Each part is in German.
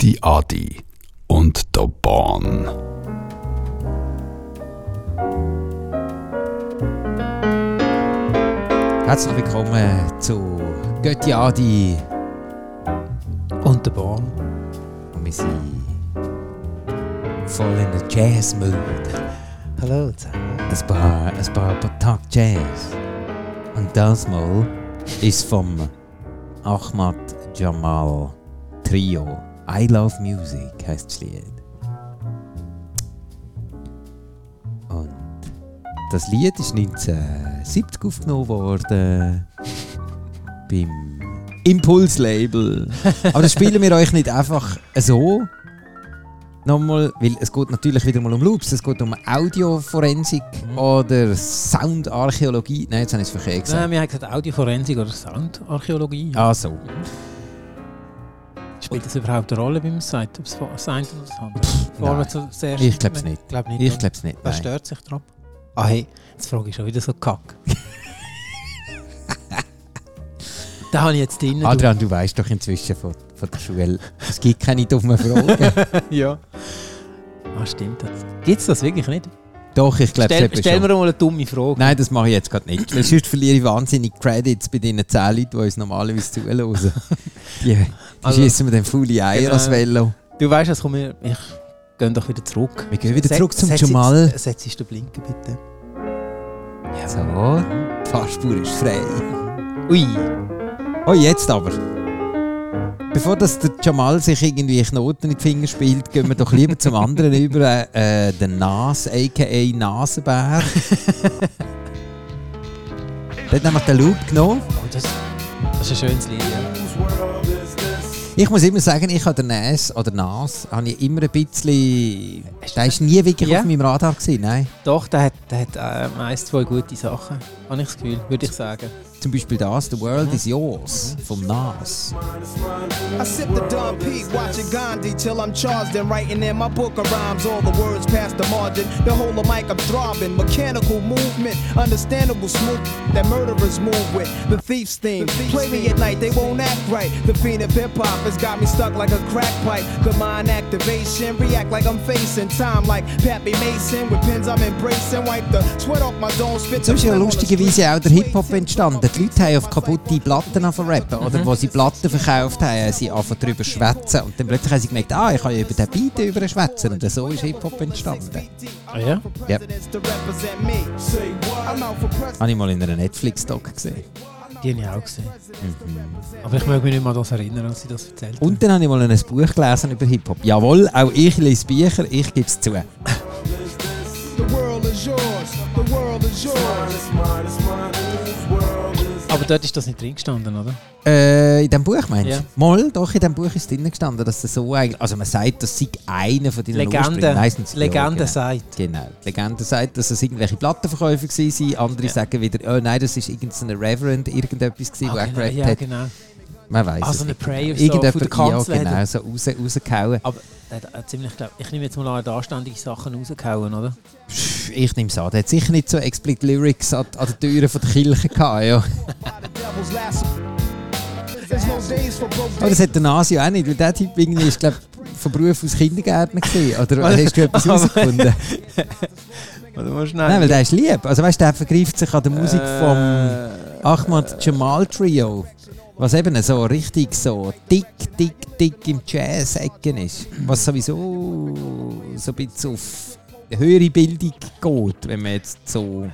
die Adi und der Bahn. Herzlich willkommen zu Götti Adi Und der Bahn. und wir sind voll in der Jazz-Mood. Hallo zusammen. Ein paar, ein paar, paar Tag Jazz. Und das mal ist vom Ahmad Jamal Trio. I Love Music heißt das Lied. Und das Lied ist 1970 aufgenommen worden beim Impulslabel. Aber das spielen wir euch nicht einfach so. Nochmal, weil es geht natürlich wieder mal um Loops, es geht um Audioforensik Mhm. oder Soundarchäologie. Nein, jetzt habe ich es verkehrt gesagt. Nein, wir haben gesagt Audioforensik oder Soundarchäologie. Also, Spielt das überhaupt eine Rolle beim Sein ob es vor- Sein oder das andere? Bevor wir zu- zuerst- Ich glaub's nicht. Ich glaube nicht. ich oder? glaube es nicht. Wer Nein. stört sich daran? Ah hey, jetzt frage ich schon wieder so Kack. da habe ich jetzt drinnen. Adrian, du weißt doch inzwischen von, von der Schule, es gibt keine dummen Fragen. ja. Ah, stimmt. Gibt es das wirklich nicht? doch, ich glaube Stell, es stell schon. mir mal eine dumme Frage. Nein, das mache ich jetzt gerade nicht. Weil sonst verliere ich wahnsinnig Credits bei den 10 Leuten, die uns normalerweise zuhören. Die, die Also- schießen mir den faulen Eier Genau. ans Velo. Du weißt, es kommt mir. Ich gehe doch wieder zurück. Wir gehen wieder Se- zurück zum setz- Jamal. Setz dich den Blinker bitte. So, die Fahrspur ist frei. Ui, Oh, jetzt aber. Bevor das der Jamal sich irgendwie Knoten in die Finger spielt, gehen wir doch lieber zum anderen über, äh, äh, den Nas, a.k.a. Nasenbär. Der hat nämlich den Loop genommen. oh, das, das ist ein schönes Lied. Ja. Ich muss immer sagen, ich habe den Nas oder Nas habe ich immer ein bisschen. Der ist nie wirklich Ja? auf meinem Radar gewesen, nein. Doch, der hat, der hat äh, meist zwei gute Sachen. Habe ich das Gefühl, würde ich sagen. Zum Beispiel das, The World is Yours vom Nas. I sip the dumb peak, watching Gandhi till I'm charged and writing in my book of rhymes. All the words past the margin, the whole of mic I'm throbbing. Mechanical movement, understandable smooth that murderers move with. The thief's theme, play me at night, they won't act right. The fiend of hip hop has got me stuck like a crack pipe. The mind activation, react like I'm facing time like Pappy Mason. With pins I'm embracing, wipe the sweat off my dome, spit So ist the ja phlegm on the lustigerweise street. auch der Hip-Hop entstanden. Die Leute haben auf kaputte Platten angefangen zu rappen. Mhm. Oder wo sie Platten verkauft haben, haben sie angefangen drüber zu schwätzen. Und dann plötzlich haben sie gemerkt, ah, ich kann ja über den Beat drüber schwätzen. Und so ist Hip-Hop entstanden. Ah ja? Yep. Yep. Habe ich mal in einer Netflix-Doc gesehen. Die habe ich auch gesehen. Mhm. Aber ich mag mich nicht mal an das erinnern, als sie das erzählt haben. Und dann habe ich mal ein Buch gelesen über Hip-Hop. Jawohl, auch ich lese Bücher, ich gebe es zu. Aber dort ist das nicht drin gestanden, oder? Äh, in diesem Buch meinst du? Ja. Mal, doch, in diesem Buch ist drin gestanden, dass das so eigentlich... Also man sagt, das sei einer von deinen Legende, Ursprüngen. Meistens- ja, Legende genau. sagt. Genau. Die Legende sagt, dass es irgendwelche Plattenverkäufer waren. Andere Ja. sagen wieder, oh nein, das war irgendein Reverend, irgendetwas, gewesen, Ah, der genau, gerappt ja, hat. genau. Man weiß Also es eine nicht. Prayer so von der Irgendjemand, ja, Kanzel. genau, hat so raus, rausgehauen. er, aber der hat äh, ziemlich, glaub, ich nehme jetzt mal an, er hat anständige Sachen rausgehauen, oder? Pff, Ich nehme es an, der hat sicher nicht so explizit Lyrics an, an den Türen von der Kirche gehabt. Ja. Aber das hat der Nasi auch nicht, weil der Typ irgendwie ist, glaube von Beruf aus Kindergärtner gewesen. Oder hast du etwas Aber- herausgefunden? Oder mal schnell. Nein, weil der ist lieb. Also weißt du, der vergreift sich an der Musik Äh, vom... Ahmad Jamal Trio, was eben so richtig so dick, dick, dick im Jazz-Ecken ist. Was sowieso so ein bisschen auf höhere Bildung geht, wenn man jetzt so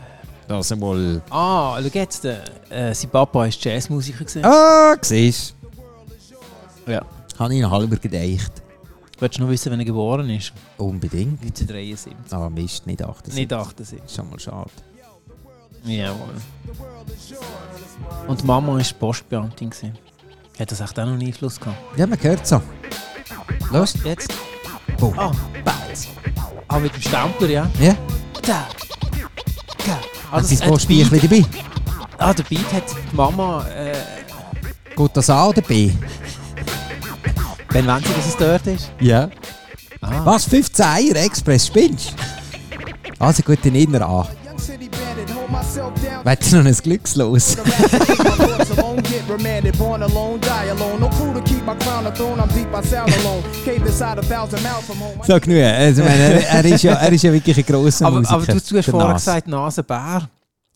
das einmal. Ah, schau jetzt, der, äh, sein Papa war Jazzmusiker. gewesen. Ah, siehst Ja. Habe ich noch halber gedacht. Willst du noch wissen, wenn er geboren ist? Unbedingt. 1973. Ah, Mist, nicht 78. Nicht 78. Ist schon mal schade. Jawohl. Und die Mama war Postbeamtin. gewesen. Hat das echt auch noch einen Einfluss gehabt? Ja, man hört so. Los. Jetzt? Boom. Ah, ah mit dem Stempler, ja? Ja, Da! Ja. Ah, hat das, sein äh, der, Vorspiel Beat, dabei. ah, der Beat hat die Mama. Äh, Geht das A oder B? wenn wollen sie, dass es dort ist? Ja. Ah. Was? 15 Eier Express, spinnst du? Also gut, den Inner an. Wetter noch ein Glückslos. alone, get remanded, born alone, die alone. No crew to keep my crown a throne, I'm deep, I sound alone. Cave inside a thousand miles from home. So genug. Also, ich meine, er, er, ist ja, er ist ja wirklich ein grosser Aber, Musiker. aber du, du hast der vorher Nas. gesagt, Nasenbär.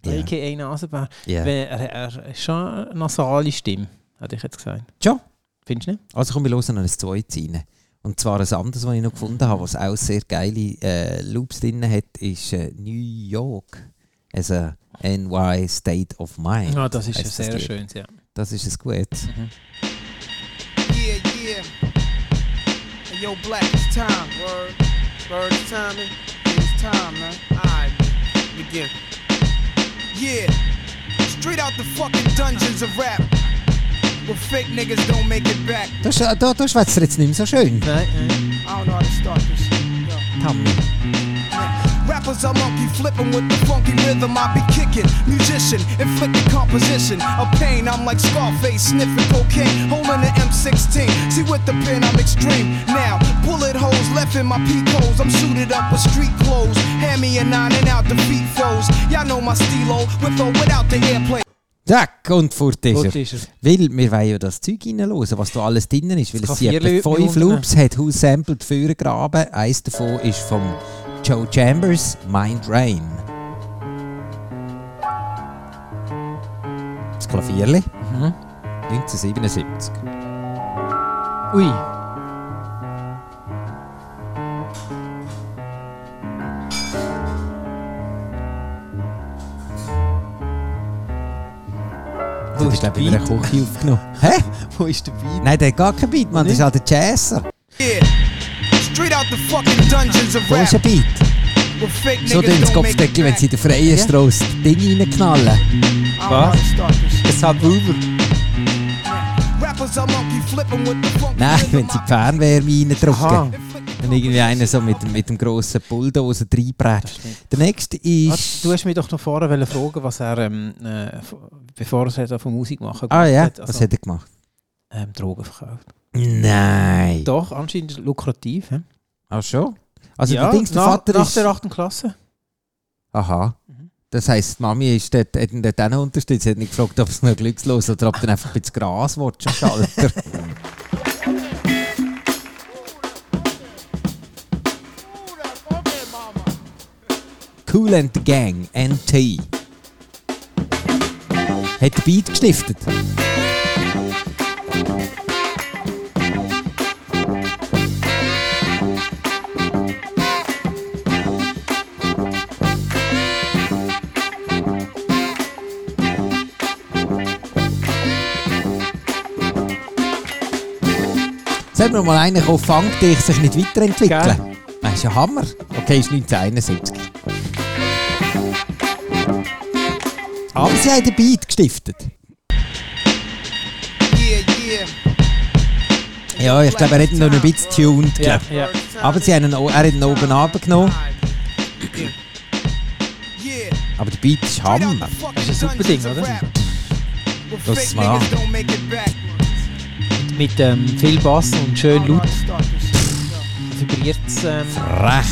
Ja. A.k.a. Nasenbär. Ja. Wenn Er, er ist schon eine nasale Stimme, hätte ich jetzt gesagt. Schon. Findest du nicht? Also komm, wir hören noch ein zweites rein. Und zwar ein anderes, was ich noch gefunden habe, was auch sehr geile äh, Loops drin hat, ist äh, New York. Also NY State of Mind. Ja, Ah, Mhm. das ist ein Heisst das sehr Lied. schönes, ja. Das ist es gut. Yeah, yeah. And yo, Black, it's time. Word. Word, it's timing. It's time, man. Alright, begin. Yeah. Straight out the fucking dungeons of rap. But fake niggas don't make it back. Da, sch- äh, da, da schwätzt er jetzt nicht mehr so schön. Nein, nein. I don't know how to start this shit. Yo. Tommy. Rappers are monkey flipping with the funky rhythm I be kicking. Musician, inflicting composition of pain. I'm like Scarface sniffing cocaine, holding the M16. See with the pen, I'm extreme. Now bullet holes left in my peep holes. I'm suited up with street clothes. Hand me a nine and out the beat foes. Y'all know my stilo with or without the airplane. Zack, und fort ist Gut er. ist er. Weil wir wollen ja das Zeug reinhören, was da alles drin ist. Weil Das es sind kann vier etwa Leute fünf mitnehmen. Loops, hat Who Sampled Führer graben. Eins davon ist vom Joe Chambers, Mind Rain. Das Klavierli, Mhm. 1977. Ui. Das ist, glaube ich, in einer Küche aufgenommen. Hä? Wo ist der Beat? Nein, der hat gar keinen Beat, Mann. Das ist halt der Jazzer. Yeah, straight out the fucking dungeons of Wo rap. ist ein Beat? With fake So tun das niggas don't make it Kopfdeckel, wenn back. sie in den freien Strasse Ding reinknallen. I don't know how to start this shit. Es hat Uber. Rappers are monkey flipping with the funky Nein, rhythm wenn sie I die Fernwärme Aha. reindrücken. Wenn irgendwie einer so mit, mit dem grossen Bulldozer reinbrät. Der nächste ist. Du hast mich doch noch vorher wollen fragen, was er, ähm, äh, f- bevor er hat von Musik machen ah ja, gemacht was Also, hat er gemacht? ähm, Drogen verkauft. Nein. Doch, anscheinend lukrativ. He? Ach schon? Also der Dings, der Mhm. nach, Vater nach ist. der 8. Klasse. Aha. Das heisst, die Mami ist dort, hat ihn dort auch noch unterstützt. Sie hat nicht gefragt, ob es noch glückslos oder ob du einfach ein bisschen Gras willst, schon Alter. cool and the Gang, NT. Hat den Beat gestiftet. Sollte mir mal einen kommen, fangt dich, sich nicht weiterentwickeln. Gell? Das ist ein Hammer. Okay, ist 1971. Aber sie haben den Beat gestiftet. Yeah, yeah. Ja, ich glaube, er hat ihn noch ein bisschen tuned. Ja, glaub. ja. Aber sie haben ihn, o- er hat ihn oben runtergenommen. Yeah. Aber der Beat ist Hammer. Das ist ein super Ding, oder? Lass es mal an. Mit ähm, viel Bass und schön laut vibriert es. Ähm, Frech.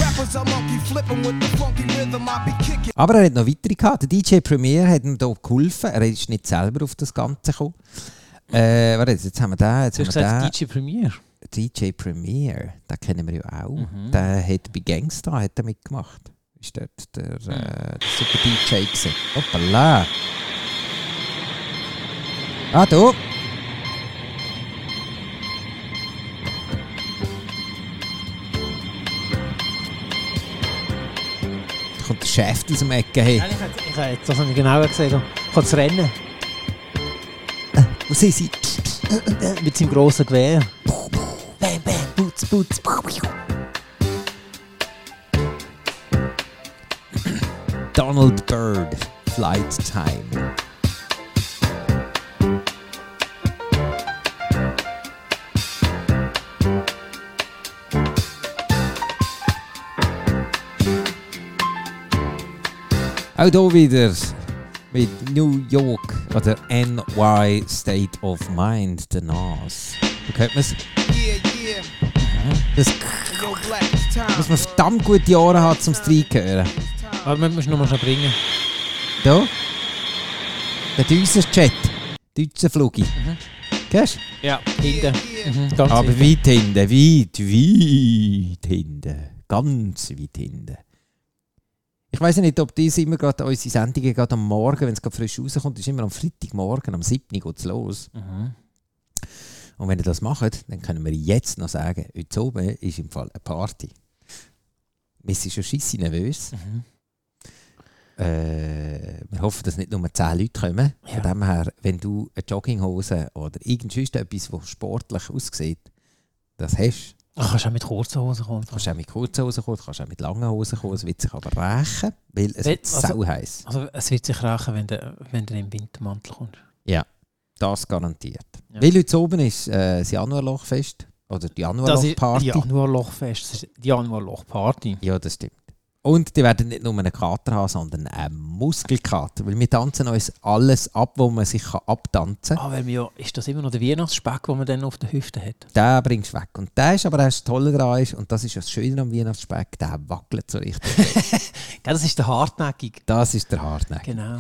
Aber er hat noch weitere gehabt. Der DJ Premier hat ihm da geholfen. Er ist nicht selber auf das Ganze gekommen. Äh, warte, jetzt jetzt haben wir den, jetzt du hast haben wir gesagt, DJ Premier. den. DJ Premier, den kennen wir ja auch. Der hat bei Gangsta hat er mitgemacht. Ist dort der, äh, der super DJ gewesen. Hoppala. Ah, du. Da kommt der Chef aus dem Ecken. Hey. Nein, ich hätte- Ich hätte das nicht genauer gesagt. Ich kann das Rennen Wo sind sie? äh, mit seinem grossen Gewehr. Bam, bam, putz, putz. Donald Byrd, Flight Time. Auch hier wieder mit New York oder NY State of Mind, der Nas. Da hört man es. Das muss man verdammt gute Ohren haben, um es zu hören. Aber man muss noch mal schon bringen. Da. Der Düsenjet. Düsenflugi. Gehst Ja, hinten. Mhm, Ganz Aber hinten. Mhm. weit hinten, weit, weit hinten. Ganz weit hinten. Ich weiß nicht, ob diese immer gerade unsere Sendungen gerade am Morgen, wenn es gerade frisch rauskommt, ist immer am Freitagmorgen, am 7. geht es los. Mhm. Und wenn ihr das macht, dann können wir jetzt noch sagen, heute oben ist im Fall eine Party. Wir sind schon scheisse nervös. Mhm. Äh, wir hoffen, dass nicht nur 10 Leute kommen. Ja. Von dem her, wenn du eine Jogginghose oder irgendwas etwas, was sportlich aussieht, das hast Ach, kannst du auch mit kurzen Hosen kommen. kannst auch mit kurzen Hosen kommen, du kannst auch mit langen Hosen kommen, es wird sich aber rächen, weil es Wel- wird also- sau heiß. Also, es wird sich rächen, wenn du, wenn du im Wintermantel kommst. Das garantiert. Ja. Weil heute oben ist äh, das Januarlochfest oder die Das ist Januarlochparty. die Januarlochfest. Das ist die Januarlochparty. Ja, das stimmt. Und die werden nicht nur einen Kater haben, sondern einen Muskelkater, weil wir tanzen uns alles ab, wo man sich kann abtanzen kann. Ah, weil wir ja, ist das immer noch der Weihnachtsspeck, den man dann auf der Hüfte hat? Den bringst du weg. Und der ist aber auch das Tolle daran, ist, und das ist ja das Schöne am Weihnachtsspeck, der wackelt so richtig. Gell, das ist der hartnäckig. Das ist der Hartnäck. Genau.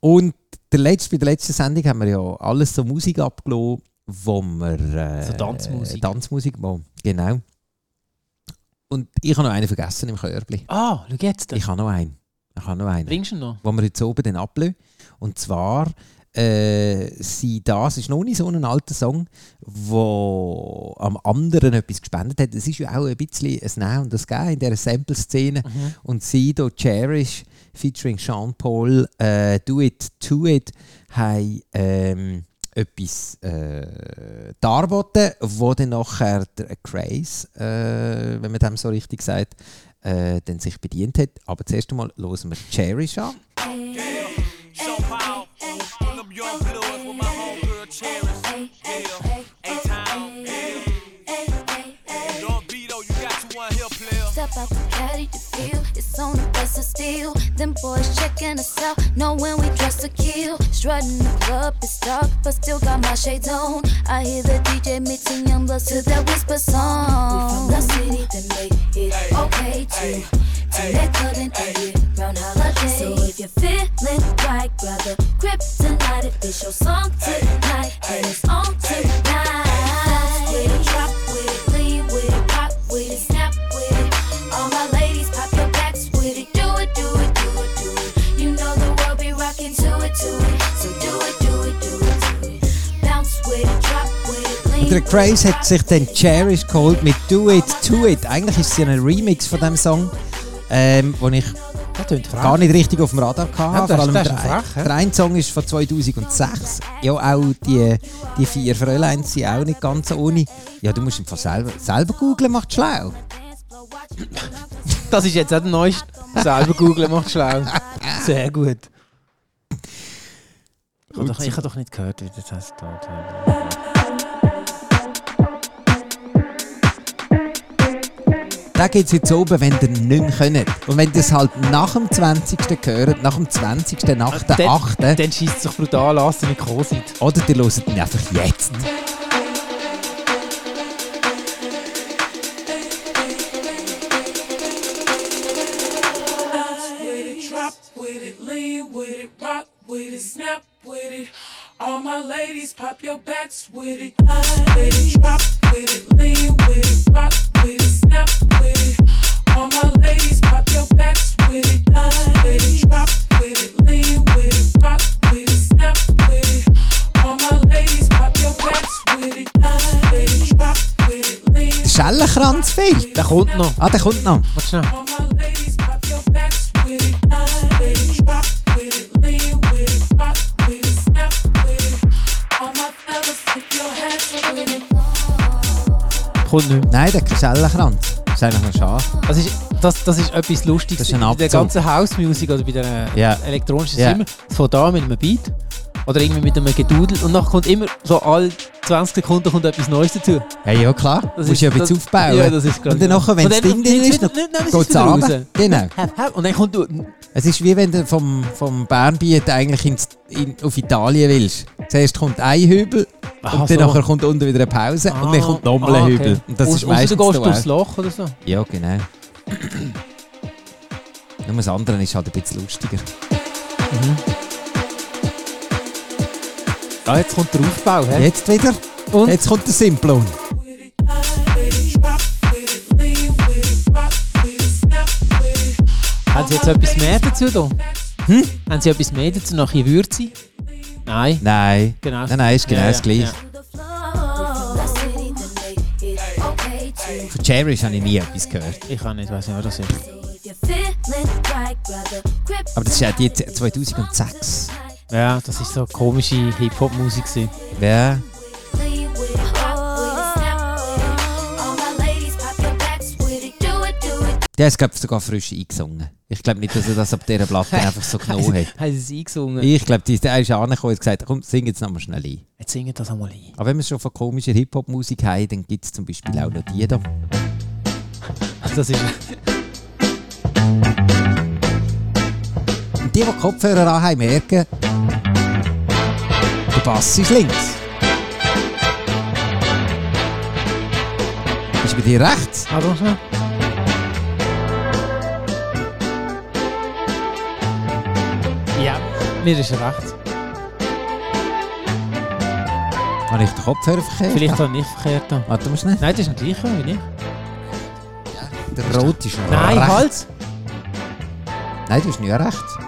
Und der letzte, bei der letzten Sendung haben wir ja alles so Musik abgelassen, wo wir... Äh, So Tanzmusik. Tanzmusik, wo, genau. Und ich habe noch einen vergessen im Körbli. Ah, schau jetzt. Ich habe noch einen. Ich habe noch einen. Bringst du ihn noch? wo wir jetzt oben dann ablösen. Und zwar äh, sie das ist noch nicht so ein alter Song, wo am anderen etwas gespendet hat. Es ist ja auch ein bisschen ein Nehmen und das Gehen in dieser Sample-Szene. Mhm. Und sie da Cherish featuring Sean Paul äh, Do It To It haben ähm, etwas äh, darboten, wo dann nachher der Craze, äh, wenn man dem so richtig sagt, äh, dann sich bedient hat. Aber zuerst einmal hören wir Cherish an. Somehow, them young blues with my homegirl Cherish. Yeah, ain't time. Don't be though, you got to one here, player. Step out the caddy to feel it's on the bus of steel. Them boys checking us out, knowing we dress to kill. Strutting the club, it's dark, but still got my shades on. I hear the DJ mixing young bloods to that whisper song. We from the city that make it okay to connect cutting and year round holiday. So if you're feeling right, brother, kryptonite, if it's your song tonight, and it's on tonight. With it, drop with it, leave with it, pop with it, snap with it. All my ladies, pop your backs with it. Do it, do it, do it, do it. You know the world be rocking to it, to it. So do it, do it, do it, do it. Bounce with it, drop with it, lean Und der with it, Craze hat pop sich with dann it. Cherish geholt mit Do It, To It. Eigentlich ist es ja ein Remix von dem Song, ähm, den ich Das tönt frech. gar nicht richtig auf dem Radar hatte. Ja, das- Vor allem das ist der, frech, hä? der eine Song ist von 2006. Ja, auch die, die vier Fräulein sind auch nicht ganz ohne. Ja, du musst ihn von selber, selber googlen, macht schlau. Das ist jetzt auch der neueste. Selber googeln macht schlau. Sehr gut. Ich habe doch, ich habe doch nicht gehört, wie das heißt. Da geht es jetzt oben, wenn ihr nicht mehr könnt. Und wenn ihr es halt nach dem 20. hört, nach dem 20. nach Äh, der 8. Dann schießt sich brutal an, dass ihr nicht gekommen seid. Oder ihr hört ihn einfach jetzt. with it, drop with it, lean with it, rock with it, snap with it. All my ladies, pop your backs with it. Slide With it, drop with it, lean with it, rock with it, snap with it. All my ladies, pop your backs with it. Slide With it, drop with it, lean with it, rock with it, snap with it. All my ladies, pop your backs with it. Slide With it, drop with it, lean. Der Schellenkranz fehlt. Der kommt noch. Ah, der kommt noch. Warte schnell. All my ladies, pop your backs with it. Slide with it, drop with it, lean with it, rock with it, snap with it. All my fellas, take your hats off with it. Kommt nicht. Nein, der hat keinen Schellenkranz. Das ist eigentlich noch schade. Das ist, Also das, das ist etwas Lustiges. Das ist ein bei der Abzug. ganzen House Music oder bei der Ja. elektronischen Ja. Zimmer. Es fängt an mit einem Beat oder irgendwie mit einem Gedudel und dann kommt immer so alle 20 Sekunden kommt etwas Neues dazu. Ja, ja, klar. Das musst ist- du ja etwas das- aufbauen. Ja, das ist klar. Und dann, nachher, wenn Und das dann Ding drin nimmt's ist, wieder- nein, nein, es geht ist es wieder runter. raus. Genau. Und dann kommt du. Es ist wie wenn du vom, vom Bernbiet eigentlich ins, in, auf Italien willst. Zuerst kommt ein Hübel Aha, und dann so. nachher kommt unten wieder eine Pause und dann kommt nochmal Ah, ein okay. Hübel. Und das Aus- ist ausser meistens du gehst so durchs auch. Loch oder so. Ja, genau. Nur das andere ist halt ein bisschen lustiger. Ah, jetzt kommt der Aufbau. hä? Jetzt wieder. Und? Jetzt kommt der Simplon. with it, live with it, drop with it, lean with it, rock with it, snap with it. Haben Sie jetzt etwas mehr dazu? Da? Hm? Haben Sie etwas mehr dazu? Noch ein bisschen Würze? Nein. Nein. Genau. Nein, nein, ist genau Ja, ja, das Gleiche. ja. Von Cherish habe ich nie etwas gehört. Ich kann nicht, weiß nicht, was das ist. Aber das ist ja die 2006. Ja, das ist so komische Hip-Hop-Musik. gewesen. Ja. Der ist, glaube ich, sogar frisch eingesungen. Ich glaube nicht, dass er das ab dieser Platte einfach so genommen hat. Haben Sie es eingesungen? Ich glaube, die- der ist angekommen und gesagt, komm, sing jetzt nochmal schnell ein. Jetzt singen das einmal ein. Aber wenn wir schon von komischer Hip-Hop-Musik haben, dann gibt es zum Beispiel auch noch die da. Das ist... Und die, die Kopfhörer anhaben, merken, der Bass ist links. Ist bei dir rechts? Warte mal. Ja, mir ist recht. Habe ich den Kopfhörer verkehrt? Vielleicht auch nicht verkehrt. da. Warte mal schnell. Nein, das ist nicht gleich wie ich. Der Rot ist noch Nein, rechts. halt! Nein, du hast nicht rechts.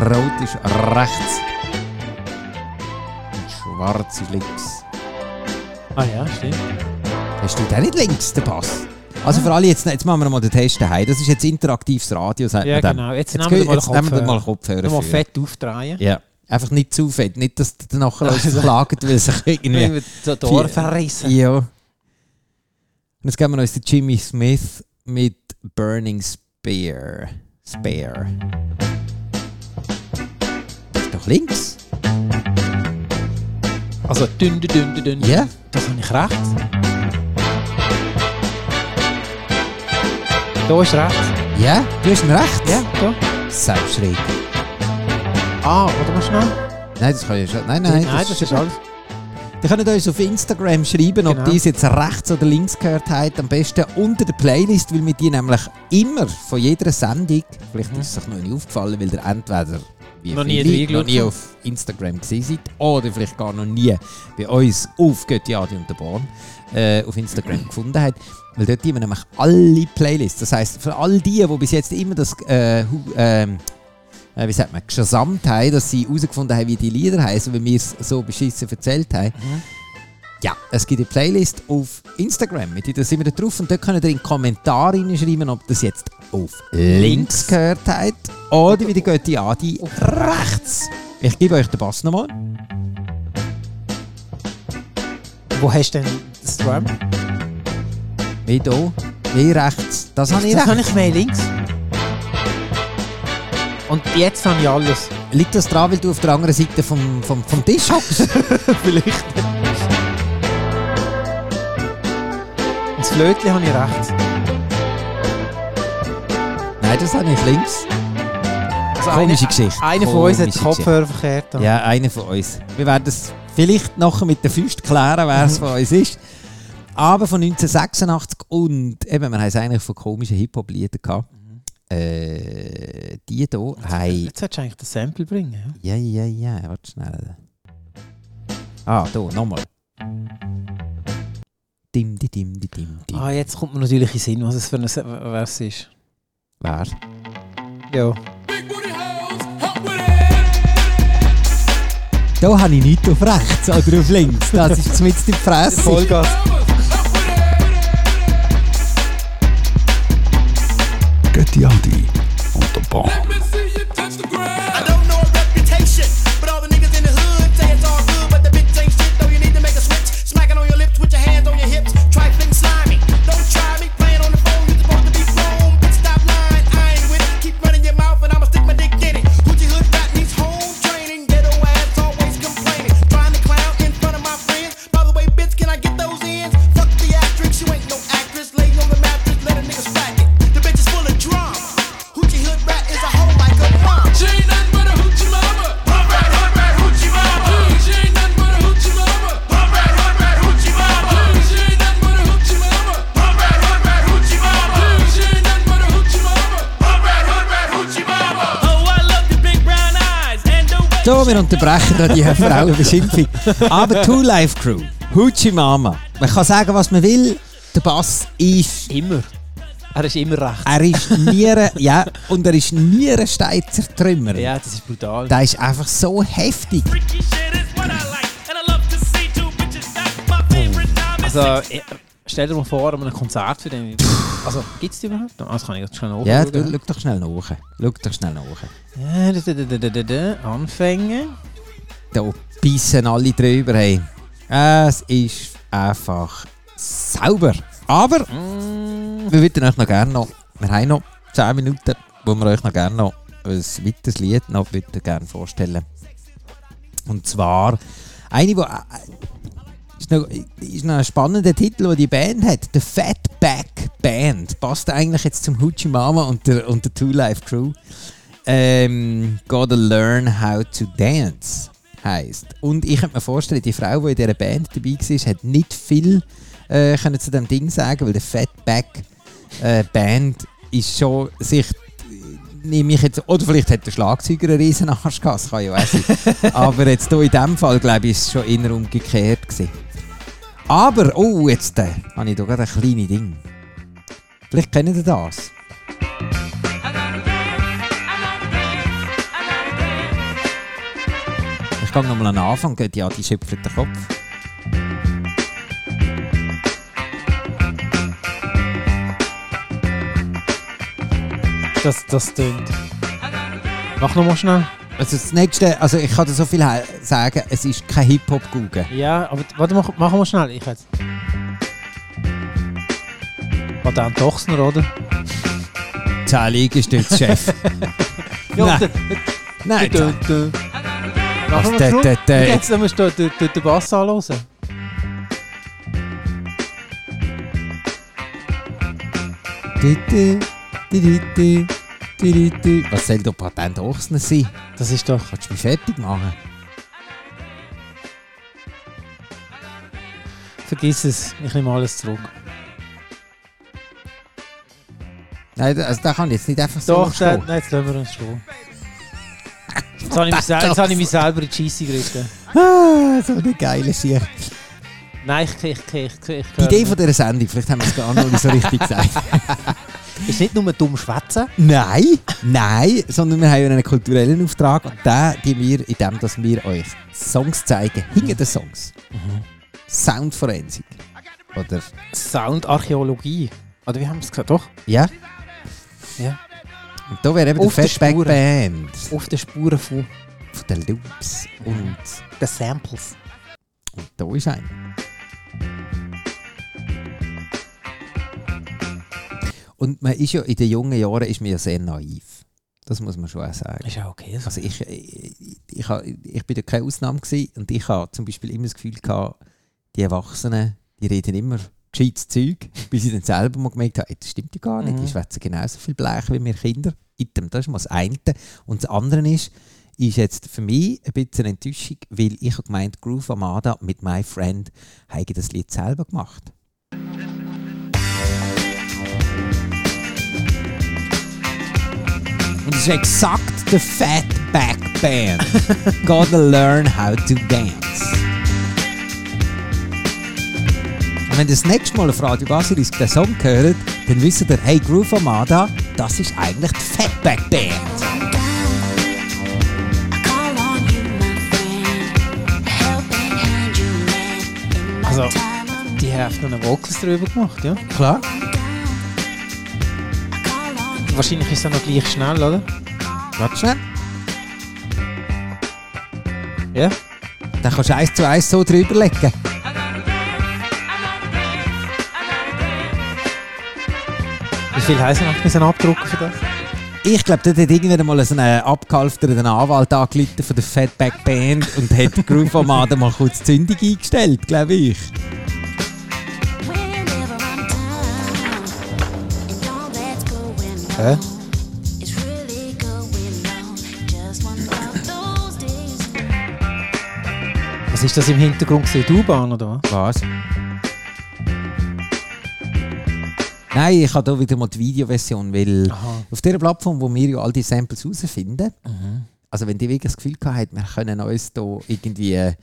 Rot ist rechts. Und schwarz ist links. Ah ja, stimmt. Hast du den nicht links, den Pass? Also für alle, jetzt, jetzt machen wir mal den Test daheim. Das ist jetzt interaktives Radio, sagt man Ja, dem. genau. Jetzt Jetzt, nehmen wir geh- mal eh, jetzt nehmen wir mal Kopfhörer. Kopfhörer Nochmal für. fett aufdrehen. eh, Ja. Einfach nicht zu fett. Nicht, dass die nachher uns verklagen, weil sich irgendwie... Wenn wir die Ohren verrissen. Ja. Und jetzt geben wir uns den nou Jimmy Smith mit Burning Spear. Spear. Das ist doch links. Also dünn, dünn, dünn, dünn. Ja. Das habe ich recht. Da ist recht. Ja, dus du hast ihn recht. Ja, da. Selbstschräg. Ah, warte mal schnell. Nein, das kann ja schon. Nein, nein. Nein, das ist alles. Ihr könnt uns auf Instagram schreiben, ob Genau. ihr es jetzt rechts oder links gehört habt. Am besten unter der Playlist, weil wir die nämlich immer von jeder Sendung, vielleicht ist es euch noch nicht aufgefallen, weil ihr entweder wie Mhm. Noch nie viele, noch reingeschaut nie habt. auf Instagram gesehen seid oder vielleicht gar noch nie bei uns auf Götti Adi und der Born äh, auf Instagram gefunden habt. Weil dort haben wir nämlich alle Playlists. Das heisst, für all die, die bis jetzt immer das äh, hu- ähm, äh, wie sagt man, gesamt haben, dass sie herausgefunden haben, wie die Lieder heißen, weil wir es so beschissen erzählt haben. Mhm. Ja, es gibt eine Playlist auf Instagram, mit der sind wir da drauf und dort könnt ihr in die Kommentare reinschreiben, ob das jetzt auf links gehört habt oder wie die Götti Adi rechts. Ich gebe euch den Bass nochmal. Wo hast du denn das Drum? Wie hier, wie rechts. Das habe ich Das recht. habe ich mehr links. Und jetzt habe ich alles. Liegt das daran, weil du auf der anderen Seite vom, vom, vom Tisch hockst? Vielleicht. Und das Flötchen habe ich rechts. Nein, das habe ich links. Also Komische Geschichte. Einer von uns hat Komische den Kopfhörer verkehrt. Ja, einer von uns. Wir werden es vielleicht nachher mit den Füßen klären, wer es von uns ist. Aber von 1986 und eben, wir haben es eigentlich von komischen Hip-Hop-Liedern gehabt. Äh, die hier haben. Jetzt hättest du eigentlich das Sample bringen. Ja, ja, ja, warte schnell. Ah, da, nochmal. Dim, di, dim, di, dim, ja? dim. Ah, jetzt kommt mir natürlich in den Sinn, was es für ein Vers ist. Wer? Ja. Big booty hoes, help with it. Da habe ich nicht auf rechts oder auf links. Das ist zumindest die Fresse. Vollgas. Götti Adi und der Bahn. Let me see you touch the ground. I don't know a reputation, but all the niggas in the hood say it's all good, but the bitch ain't shit. Though you need to make a switch, smacking on your lips with your hands on your hips, trifling slimy. Don't try me, playing on the phone. You supposed to be grown, bitch. Stop lying, I ain't with it. Keep running your mouth, and I'ma stick my dick in it. Gucci hood got needs home training, ghetto ass always complaining, trying to clown in front of my friends. By the way, bitch, can I get those ends? Fuck theatrics, you ain't no actress. Lay on the mattress, let a nigga stack it. The bitch is full of drama. Hoochie hood rat is a hoe So, wir unterbrechen da die Frauenbeschimpfung. Aber Two Life Crew, Hoochie Mama. Man kann sagen, was man will. Der Bass ist, Immer. Er ist immer recht. er ist nie, ein- ja, und er ist nie ein Steizer Trümmer. Ja, das ist brutal. Der ist einfach so heftig. Freaky shit is what I like, and I love to see two bitches got my favorite diamond Also, eh, stell dir mal vor, an einem Konzert für den. Also, gibt es die überhaupt noch? Ah, das kann ich jetzt schon nachschauen. Ja, du, schau doch schnell nach. Schau doch schnell nach. Ja, da, da, da, da, da, da. Anfängen. Da pissen alle drüber. Hey. Es ist einfach sauber. Aber wir würden euch noch gerne noch, wir haben noch 10 Minuten, wo wir euch noch gerne noch ein weiteres Lied noch würden gerne vorstellen Und zwar eine, die ist noch, ist noch ein spannender Titel, den die Band hat. The Fatback Band. Passt eigentlich jetzt zum Hoochie Mama und der, und der Two Life Crew. Ähm, Gotta Learn How to Dance heisst. Und ich könnte mir vorstellen, die Frau, die in dieser Band dabei war, hat nicht viel äh, können zu dem Ding sagen, weil der Fatback äh, Band ist schon sich nehme ich jetzt, oder vielleicht hat der Schlagzeuger einen riesen Arsch gehabt, das kann ja auch sein. Aber jetzt hier in diesem Fall, glaube ich, ist es schon eher umgekehrt gewesen. Aber, oh, jetzt äh, habe ich hier gerade ein kleines Ding. Vielleicht kennt ihr das. Ich gehe nochmal an den Anfang, geht ja, die schöpft den Kopf. Das, das tönt. Mach nochmal schnell. Also das nächste, also ich kann dir so viel he- sagen, es ist kein Hip-Hop-Gugen. Ja, aber warte, mach, machen wir schnell. Ich jetzt. War der ein Tochsner, oder? Zehn Liegestütze, Chef. Nein. Nein, Dö, zehn- dö. Was, Machen wir dö, zurück. dö, dö. Und Jetzt musst du den, den, den Bass anhören. Du, du, du, du, du, du, du, du. Was soll der Patent Ochsner sein? Das ist doch. Kannst du mich fertig machen? Vergiss es. Ich nehme alles zurück. Nein, da- also da kann ich jetzt nicht einfach so Doch, der, stehen. nein, jetzt lassen wir uns stehen. Jetzt habe ich mich, sel- jetzt habe ich mich selber in die Scheisse geritten. Ah, so eine geile Sache. Nein, ich, ich, ich, ich, ich Die Idee von dieser Sendung, vielleicht haben wir es gar noch nicht so richtig gesagt. ist nicht nur dumm schwätzen. Nein, nein, sondern wir haben ja einen kulturellen Auftrag und den dienen wir, indem dass wir euch Songs zeigen, hinter den Songs. Soundforensik. Oder, Soundarchäologie. Oder wie haben wir es gesagt? Doch. ja? Ja. Und da wäre eben Auf der die Fatback Spur. Band. Auf den Spuren von Von den Loops und... den Samples. Da ist ein. Und man ist ja in den jungen Jahren ist man ja sehr naiv. Das muss man schon auch sagen. Ist ja okay. So. Also ich, ich, ich, hab- ich bin da keine Ausnahme gewesen und ich habe zum Beispiel immer das Gefühl gehabt, die Erwachsenen, die reden immer gescheites Zeug, bis ich dann selber mal gemerkt habe, ey, das stimmt ja gar nicht, Mhm. die schwätzen genauso viel Blech wie wir Kinder. Item, das ist mal das eine. Und das andere ist, ist jetzt für mich ein bisschen eine Enttäuschung, weil ich habe gemeint, Groove Amada mit My Friend habe ich das Lied selber gemacht. Und es ist exakt die Fatback Band. Gotta learn how to dance. Und wenn ihr das nächste Mal auf Radio Basilisk den Song hört, dann wisst ihr, hey Groove Amada, das ist eigentlich die Fatback Band. Also, die haben einfach noch einen Vocals drüber gemacht, ja? Klar. Wahrscheinlich ist es noch gleich schnell, oder? Warte schnell. Ja? Dann kannst du eins zu eins so drüber legen. Wie viel heißen noch? Wir sind abdrucken für das. Ich glaube, dort hat irgendwann mal so einen abgehalfterten Anwalt angeleitet von der Fatback Band und hat die Groove Amada mal kurz zündig eingestellt, glaube ich. Hä? Was ist das im Hintergrund? gewesen? Die U-Bahn oder was? Was? Nein, ich habe hier wieder mal die Videoversion, weil Aha. Mhm. auf dieser Plattform, wo wir ja all die Samples herausfinden, also wenn die wirklich das Gefühl gehabt hätten, wir können uns da irgendwie äh,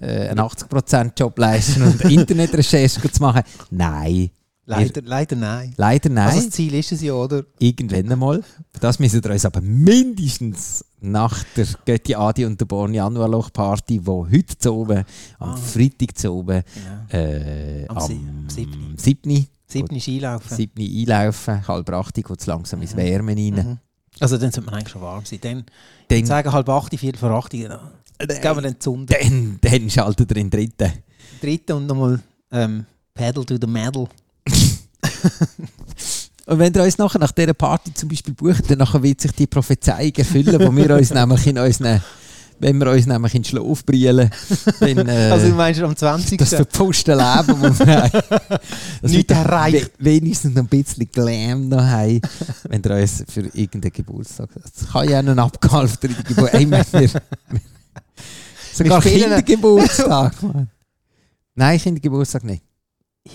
einen 80%-Job leisten und Internetrecherche gut zu machen. Nein, Leider, leider nein. leider nein. Also das Ziel ist es ja, oder? Irgendwann einmal. Für Das müssen wir uns aber mindestens nach der Götti Adi und der Born Januarloch Party, die heute zu oben, am Freitag zu oben, äh, Ah. Am am, Sie- am Siebni. 7. Siebten Skilaufen. Siebni einlaufen, halb 8 geht es langsam ins Wärmen rein. Also dann sollte man eigentlich schon warm sein. Dann, Dann- sagen halb acht, viertel vor acht. Genau. Gehen wir dann zum Dann, dann schaltet er in den dritten. dritten und nochmal ähm, Pedal to the Metal. Und wenn ihr uns nachher nach dieser Party zum Beispiel bucht, dann nachher wird sich die Prophezeiung erfüllen, wo wir uns nämlich in unseren, wenn wir uns nämlich in den Schlaf brillen, dann, äh, Also du meinst am 20. das verpfuschte Leben, das wir haben. Dass Nicht wir doch erreicht. we- Wenigstens noch ein bisschen Glam noch haben, wenn ihr uns für irgendeinen Geburtstag... Es kann ja auch noch ein abgehalfter Geburtstag... Hey, wir, wir, sogar spielen- Kindergeburtstag. Mann. Nein, Kindergeburtstag nicht.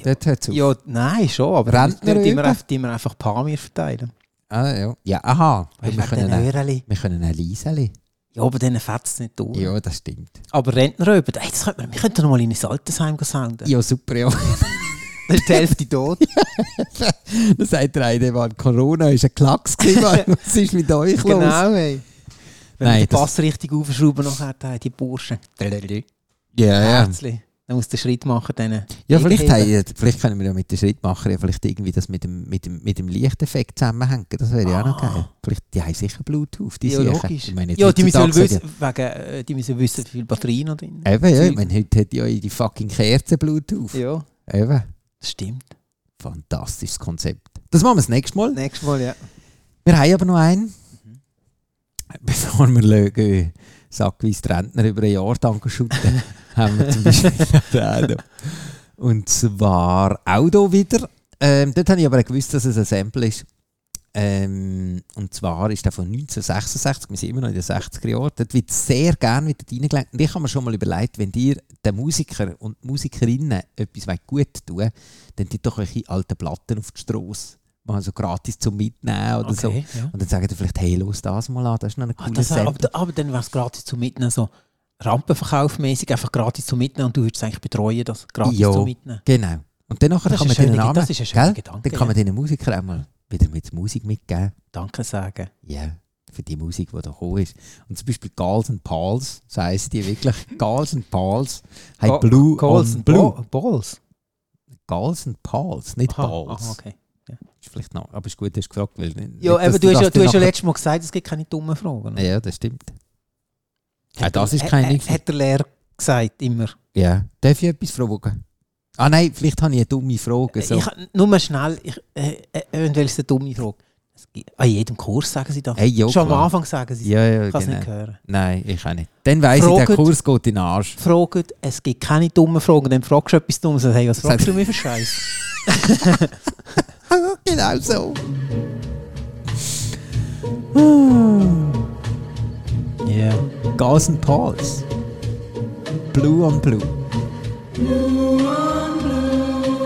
Dort hört es auf. ja, nein, schon, aber Rentner dort die wir, üben? einfach- die wir einfach Pamir verteilen. Ah, ja. ja, aha. Weißt du, wir, wegen den können auch, Hörerli. wir können auch Lieseli. Ja, aber denen fetzt es nicht durch. Ja, das stimmt. Aber Rentner üben, ey, das könnte man, wir könnten noch mal in ein Altersheim gehen sounden. Ja, super, ja. Da ist die Hälfte tot. Dann sagt der eine, Mann, Corona war ein Klacks. gewesen, Mann. Was ist mit euch los? genau, ey. Wenn Nein, wir den das- Pass richtig aufschrauben, nachher da, die Burschen. Ja, ja. Herzli. Dann muss der Schritt machen, denen. Ja, vielleicht, Wegheben. haben, vielleicht können wir ja mit den Schrittmachern ja vielleicht irgendwie das mit dem, mit dem, mit dem Lichteffekt zusammenhängen. Das wäre ja auch noch geil. Vielleicht, die haben sicher Bluetooth, die Ah. ja, sicher. logisch. Ich meine, jetzt ja, die müssen, ja heutzutage wissen, sagen- wegen, äh, die müssen wissen, wie viele Batterien noch drin sind. Eben, ja. Ich Zeug. meine, heute hat ja die fucking Kerze Bluetooth. Ja, Eben. das stimmt. Fantastisches Konzept. Das machen wir das nächste Mal. Nächstes Mal, ja. Wir haben aber noch einen. Bevor wir lö- gehen, sackweise die Rentner über ein Jahr danken schütten, haben wir zum Beispiel den noch. Und zwar auch hier wieder. Ähm, dort habe ich aber gewusst, dass es ein Sample ist. Ähm, und zwar ist der von 1966, wir sind immer noch in den 60er Jahren. Dort wird sehr gerne wieder reingelenkt. Und ich habe mir schon mal überlegt, wenn dir den Musiker und die Musikerinnen etwas wollt gut tun dann die doch eure alten Platten auf die Straße. Machen so gratis zum Mitnehmen oder so. Okay, ja. Und dann sagen die vielleicht, hey, los das mal an, das ist noch ein Ah, cooles das wär, Sample. aber, aber dann wäre es gratis zum Mitnehmen, so Rampenverkaufmäßig, einfach gratis zum Mitnehmen und du würdest es eigentlich betreuen, das gratis Ja. zum Mitnehmen. Genau. Und dann nachher Das kann man ist ein denen schöner- Namen, das ist ein schöner gell? Gedanke, Dann kann man ja. den Musikern auch mal wieder mit Musik mitgeben. Danke sagen. Ja, für die Musik, die da gekommen ist. Und zum Beispiel Gals and Pals, so heissen die wirklich. Gals and Pals haben Blue Calls on and Blue. Ba- Balls. Gals and Pals, nicht Aha, Pals. aha, okay. Ist vielleicht noch, aber ist gut, hast du gefragt. Weil nicht, nicht, Ja, aber dass du hast ja, das du hast ja nachher- letztes Mal gesagt, es gibt keine dummen Fragen. Ja, das stimmt. Hat Ja, das er- ist keine hat- Hat der Lehrer gesagt, immer. Ja. Darf ich etwas fragen? Ah nein, vielleicht habe ich eine dumme Frage. So. Ich, nur mal schnell, ich, äh, äh, eventuell ist es eine dumme Frage. Es gibt, an jedem Kurs sagen sie das. Hey, ja, Schon am klar. Anfang sagen sie es. ja, ja, ich kann es genau. nicht hören. Nein, ich auch nicht. Dann weiss ich, der Fragt- Kurs geht in den Arsch. Fragen, es gibt keine dummen Fragen. Dann fragst du etwas Dummes und sagst, hey, was fragst du mir für Scheiß? Genau so. Ja. Gals and Pals. Blue on Blue.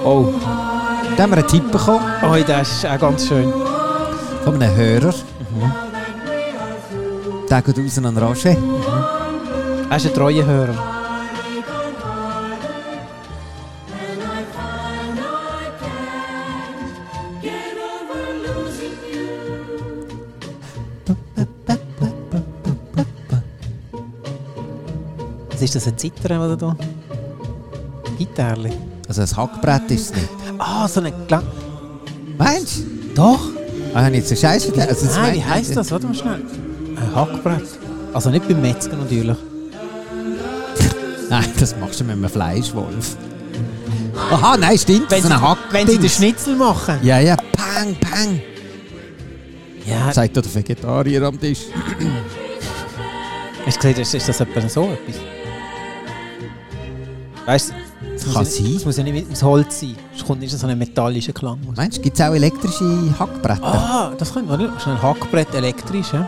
Oh, Da haben wir einen Tipp bekommen. oh, das ist auch ganz schön. von einem Hörer. Mhm. Der geht raus an Roger. Er ist ein treuer Hörer. Was ist das, ein Zittern oder da? Gitarre. Also ein Hackbrett ist es nicht. Ah, so eine Klang... Meinst du? Doch! Ah, habe ich jetzt einen Scheiß vergessen? Also das Nein, meint- wie heisst das? Warte mal schnell. Ein Hackbrett. Also nicht beim Metzger natürlich. Nein, das machst du mit einem Fleischwolf. Aha, nein, stimmt. Wenn, so ein sie, Hack. wenn sie den Schnitzel machen. Ja, ja. Pang, pang. Ja, hast Zeigt doch der Vegetarier am Tisch. du gesehen, ist, ist das etwa so etwas? Weißt du, es Kann muss ja nicht- sein. Es muss ja nicht aus Holz sein. Es kommt nicht so ein metallischer Klang. raus. Meinst du, gibt es auch elektrische Hackbretter? Ah, das könnte man nicht. Schnell Hackbrett elektrisch, ja?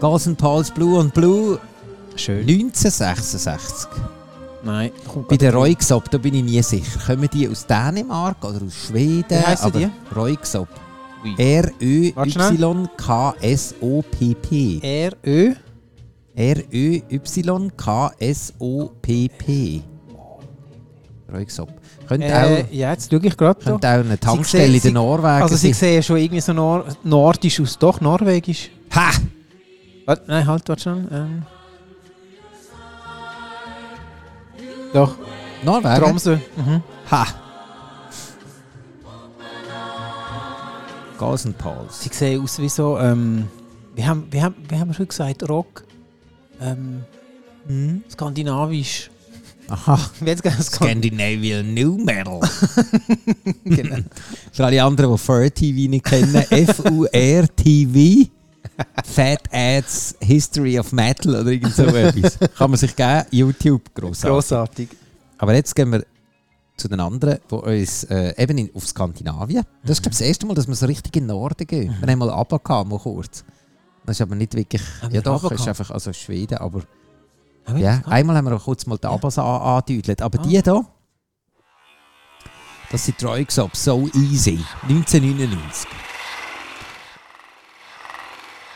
Gals and Pals Blue und Blue Schön. 1966. Nein. da kommt Bei gerade- der Royksop, da bin ich nie sicher. Kommen die aus Dänemark oder aus Schweden? Wie heissen Aber die? Royksop. R-Ö-Y-K-S-O-P-P. R-Ö. R-Ö-Y-K-S-O-P-P. Ruhig ab. Könnte Äh, auch, ja, jetzt schaue ich gerade. da. könnte auch eine Sie Tankstelle sehen- in sie- der Norwegen Also, sie sein. sehen schon irgendwie so nor nordisch aus. Doch, norwegisch. Ha! Warte, nein, halt, warte schon. Ähm. Doch, Norwegen? Tromsø. Mhm. Ha! Gas and Pals. Sie sehen aus wie so. Ähm, wie, haben, wie, haben, wie haben wir schon gesagt? Rock. Ähm, Hm? Skandinavisch. Aha. Wie hat's gesagt? Skand Scandinavian New Metal. genau. Für alle anderen, die FUR-TV nicht kennen, F-U-R-TV, Fat Ads History of Metal oder irgend so etwas. Kann man sich geben, YouTube, grossartig. Grossartig. Aber jetzt gehen wir zu den anderen, die uns äh, eben in, auf Skandinavien. Mhm. Das ist glaub ich, das erste Mal, dass wir so richtig in den Norden gehen. Wir haben mal ABBA gehabt, mal kurz. Das ist aber nicht wirklich... Haben wir Ja doch, ABBA ist gehabt? einfach also Schweden, aber... Haben wir Ja, das gehabt? einmal haben wir auch kurz mal die Abas an- angedeutet. Aber die hier, das sind treu gesagt, so easy. 1999.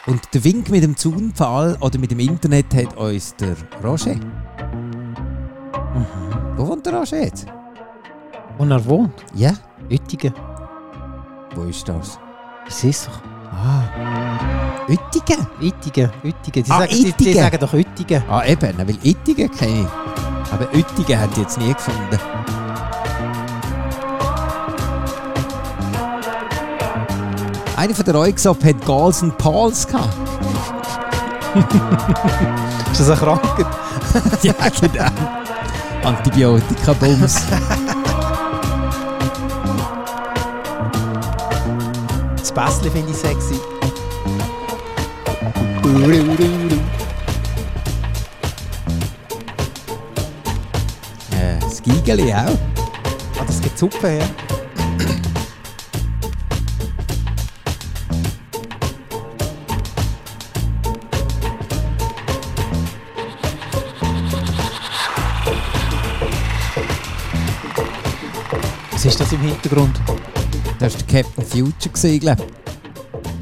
Und der Wink mit dem Zaunpfahl oder mit dem Internet hat uns der Roger. Wo wohnt der Roger jetzt? Und er wohnt. Ja, Uettingen. wo ist das? Was ist doch? Ah, Uettingen. Uettingen. Uettingen. Die, Ah, sagen, die, die Uettingen. sagen doch Uettingen. Ah, eben, weil Ittigen kenne ich. Aber Uettingen hat ich jetzt nie gefunden. Einer von der Eugsop hat Gals and Pauls gehabt. Ist das eine Krankheit? ja, genau. Antibiotika-Bums. Das Bässli finde ich sexy. äh, das Gigeli auch. Ah, das gibt Suppe her. Was ist das im Hintergrund? Das war der Captain Future, gewesen, glaub ich.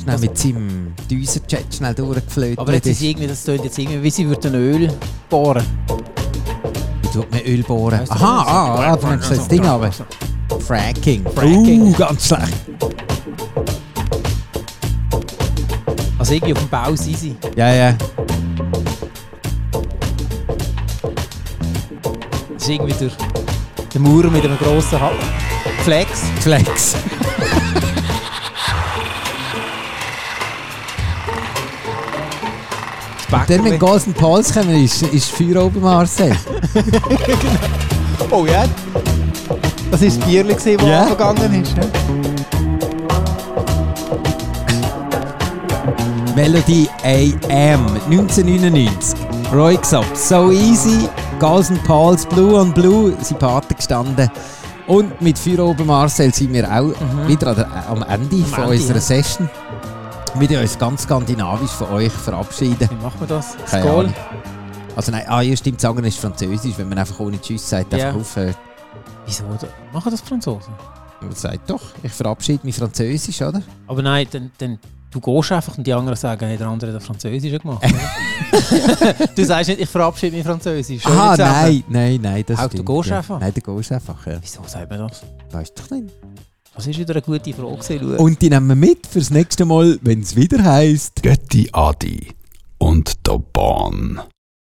Schnell mit seinem Düsenjet schnell durchgeflötet. Aber jetzt ist irgendwie, das tönt jetzt irgendwie, wie sie würden Öl bohren. Ich tue mir Öl bohren. Weißt du, Aha, das ist- ah, ah, du nimmst das Ding aber. Fracking. Fracking. Uh, ganz schlecht. Also irgendwie auf dem Bau sind sie. Ja, ja. Das ist irgendwie der, der Maurer mit einem grossen ha Flex. Flex. Dann, wenn Gals and Pauls kommen, ist, ist Feuer oben Marcel. Oh ja. Das war das Bierli, das Ja. angegangen ist. ne? Melody AM 1999. Roy gesagt, so easy. Gals and Pauls, Blue on Blue, sind Paten gestanden. Und mit Feuer oben Marcel sind wir auch wieder an der, am Ende von Mhm. Ende, unserer ja. Session. Wir werden uns ganz skandinavisch von euch verabschieden. Wie machen wir das? Keine Skål. Ahnung. Also nein, ah, ja, stimmt, das andere ist Französisch, wenn man einfach ohne Tschüss sagt, Ja. einfach aufhört. Wieso? da- Machen das die Franzosen? Man sagt doch, ich verabschiede mich Französisch, oder? Aber nein, dann, dann, du gehst einfach und die anderen sagen, hey, der andere hat Französisch gemacht. du sagst nicht, ich verabschiede mich Französisch. Schön ah, zusammen. nein, nein, nein, das Auch du stimmt. gehst ja. einfach? Nein, du gehst einfach, ja. Wieso sagt man das? Weißt doch nicht. Das ist wieder eine gute Frage. gewesen, Lu. Und die nehmen wir mit fürs nächste Mal, wenn es wieder heisst. Götti Adi und der Bahn.